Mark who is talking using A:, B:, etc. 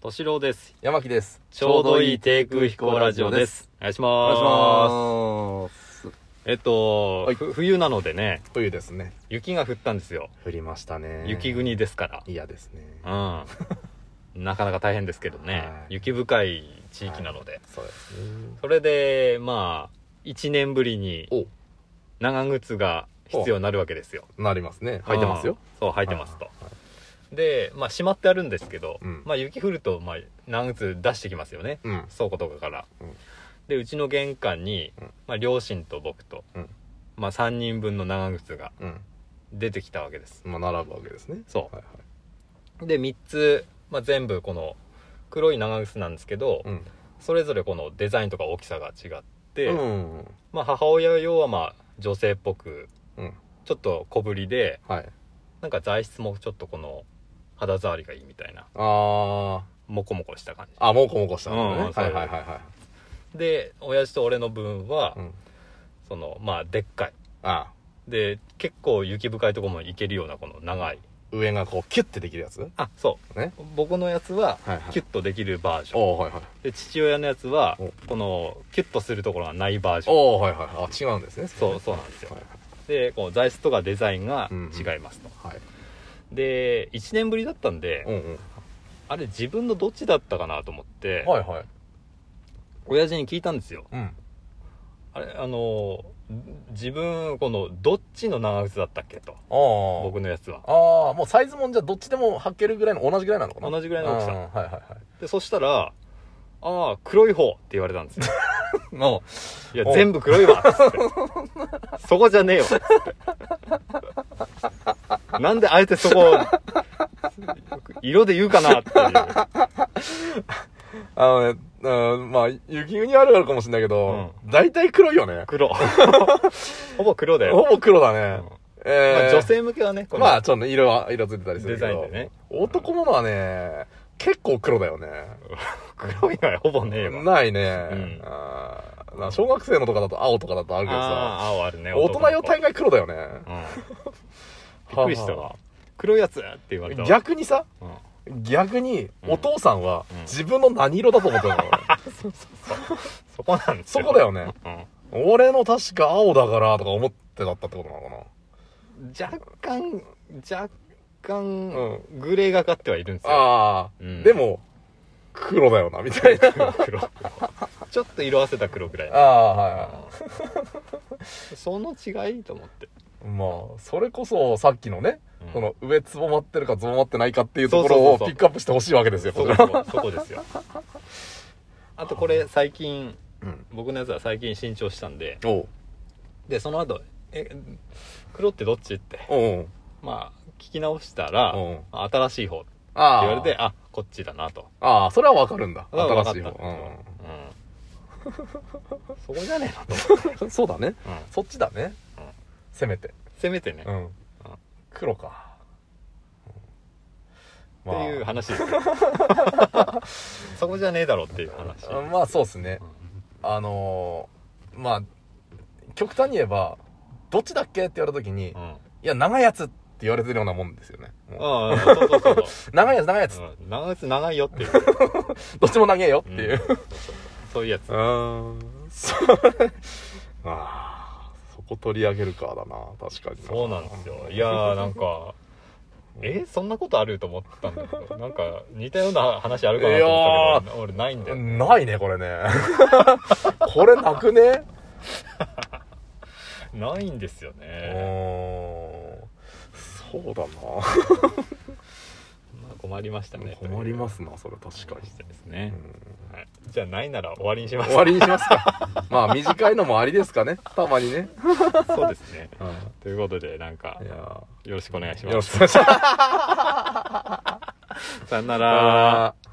A: 敏郎です。
B: 山木です。
A: ちょうどいい低空飛行ラジオです。お願いし
B: お
A: ます。
B: 願いします。
A: えっと、
B: はい
A: ふ冬なのでね、
B: 冬ですね。
A: 雪が降ったんですよ。
B: 降りましたね。
A: 雪国ですか
B: 嫌ですね。
A: ら。うん。 なかなか大変ですけどね、
B: はい
A: 雪深い地域なので。
B: そうですね。
A: それで、まあ、1年ぶりに
B: お
A: 長靴が必要になるわけですよ。
B: なりますね。履いてますよ。
A: うん。そう、履いてますと
B: は。い。
A: で、まあ、しまってあるんですけど、
B: うん
A: まあ、雪降ると、まあ、長靴出してきますよね。
B: うん。
A: 倉庫とかから、
B: うん
A: でうちの玄関に、
B: うん
A: まあ、両親と僕と、
B: うん
A: まあ、3人分の長靴が
B: うん。
A: 出てきたわけです
B: まあ、並ぶわけですね。
A: そ
B: はいはい。
A: で3つ、まあ、全部この黒い長靴なんですけど、
B: うん。
A: それぞれこのデザインとか大きさが違って、
B: うん。
A: まあ、母親用はまあ女性っぽく
B: うん。
A: ちょっと小ぶりで
B: はい。
A: なんか材質もちょっとこの肌触りがいいみたいな
B: あ
A: モコモコした感
B: ー。あ、もこもこしたのね。
A: うん
B: はいはいはいは
A: じで親父と俺の分は、
B: い。うん。
A: そのまあでっかい
B: あ
A: で結構雪深いところも行けるようなこの長い
B: ー上がこう、キュッてできるやつはい
A: あそう、
B: ね
A: 僕のやつは
B: はい
A: キュッとできるバージョン、
B: おーはいはい。
A: で父親のやつは
B: お
A: このキュッとするところがないバージョン
B: おーはいはい。あ、違うんですね。
A: そうそうなんですよ
B: はい
A: でこの材質とかデザインが
B: うんうん
A: 違いますと、
B: はい。
A: で1年ぶりだったんで、
B: うんうん。
A: あれ自分のどっちだったかなと思って、
B: はいはい。
A: 親父に聞いたんですよ
B: うん。
A: あれあのー自分このどっちの長靴だったっけと
B: あー。
A: 僕のやつは
B: ああ、もうサイズもんじゃどっちでも履けるぐらいの、同じぐらいなのかな
A: 同じぐらいの大きさ
B: うんはいはいはい。
A: でそしたら「ああ黒い方」って言われたん ですよ
B: の、
A: いや、
B: お
A: 全部黒いわっつって。そこじゃねえよっつって。なんであえてそこ、色で言うかなっていう。
B: あのね、うん、まあ、雪国あるあるかもしれないけど、大体黒いよね。
A: 黒。 ほぼ黒だ
B: ほ
A: よ。
B: ぼ黒だね。
A: うん
B: え
A: ま
B: ー
A: あ女性向けはね、この
B: まあ、ちょっと色は、色ついてたりするけど。
A: デザインでね。
B: 男物はね、結構黒だよね。
A: 黒いのはほぼねえわ。
B: ないね。
A: うん
B: あーな小学生のとかだと青とかだとあるけど
A: あ
B: さ、
A: あ、青あるね。
B: 大人よ
A: 男の
B: 大概黒だよね。
A: 子うん。びっくりしたわ。黒いやつって言われたわ。
B: 逆にさ、
A: うん
B: 逆に、お父さんは
A: うん
B: 自分の何色だと思 ってるの、
A: そうそうそう。そこなんです
B: そ
A: よ。
B: こだよね。
A: う。
B: 俺の確か青だからとか思ってだったってことなのかなん
A: 若干、若干
B: う、
A: グレーがかってはいるんですよ。
B: ああ、
A: うん
B: でも、黒だよな、みたいな。
A: 黒 ちょっと色あせた黒くらい
B: ああ、はいは
A: その違いと思って、
B: い。まあ、それこそさっきのね、
A: うん
B: その上つぼまってるかつぼまってないかっていうところ
A: そうそう
B: を
A: そうそう
B: ピックアップしてほしいわけですよ、
A: そ
B: こ
A: こ
B: れ
A: そ
B: は。
A: こそこですよあとこれ最近
B: うん。
A: 僕のやつは最近新調したんで
B: おう
A: でその後え黒ってどっち?」って
B: おう
A: まあ聞き直したら
B: おう
A: 「新しい方」って
B: ああ。
A: 言われて「あこっちだな」と
B: ああ、それはわかるんだ。
A: だから分か
B: 新
A: っ
B: しい
A: たんで
B: 方。
A: す
B: うん
A: ようんそこじゃねえなと、
B: そうだね。
A: うん
B: そっちだね
A: うん。
B: せめて。
A: せめてね、
B: う
A: っ
B: ん。黒か。
A: て
B: まあ
A: いう話 ですよそこじゃねえだろっていう話、
B: うんまあそうですね。あのーまあ、極端に言えば、どっちだっけって言われた時に、い
A: うん
B: や、長いやつって言われてるようなもんですよね。もう
A: ああ、そうそうそう
B: 長いやつ、長いやつ、
A: そう。うん長いやつ長いよっていう。
B: どっちも長えよって
A: う
B: い
A: ん
B: う。
A: そうそうそうそういうやつ。
B: うん。そあーそこ取り上げるかだな、確かに。
A: そうなんですよ。いやー、なんか、えそんなことあると思ったんだけど、なんか似たような話あるかなと思ったけど、俺ないんだよ。
B: ないね、これね。 これなくね
A: ないんですよ
B: う
A: ね。
B: ーん。そうだ
A: まあ困りました
B: な。
A: ね。。
B: 困りますすな、それ確かに。
A: ですね
B: う。ん
A: はいじゃあないなら終わりにします
B: 終。わりにしますかまあ短いのもありですかねたまにね、
A: そうですね。
B: い
A: ということで、なんか、
B: や
A: よろしくお願いし
B: ーよろ
A: ま
B: し
A: す。
B: くお願いします
A: さよなら
B: あ。ー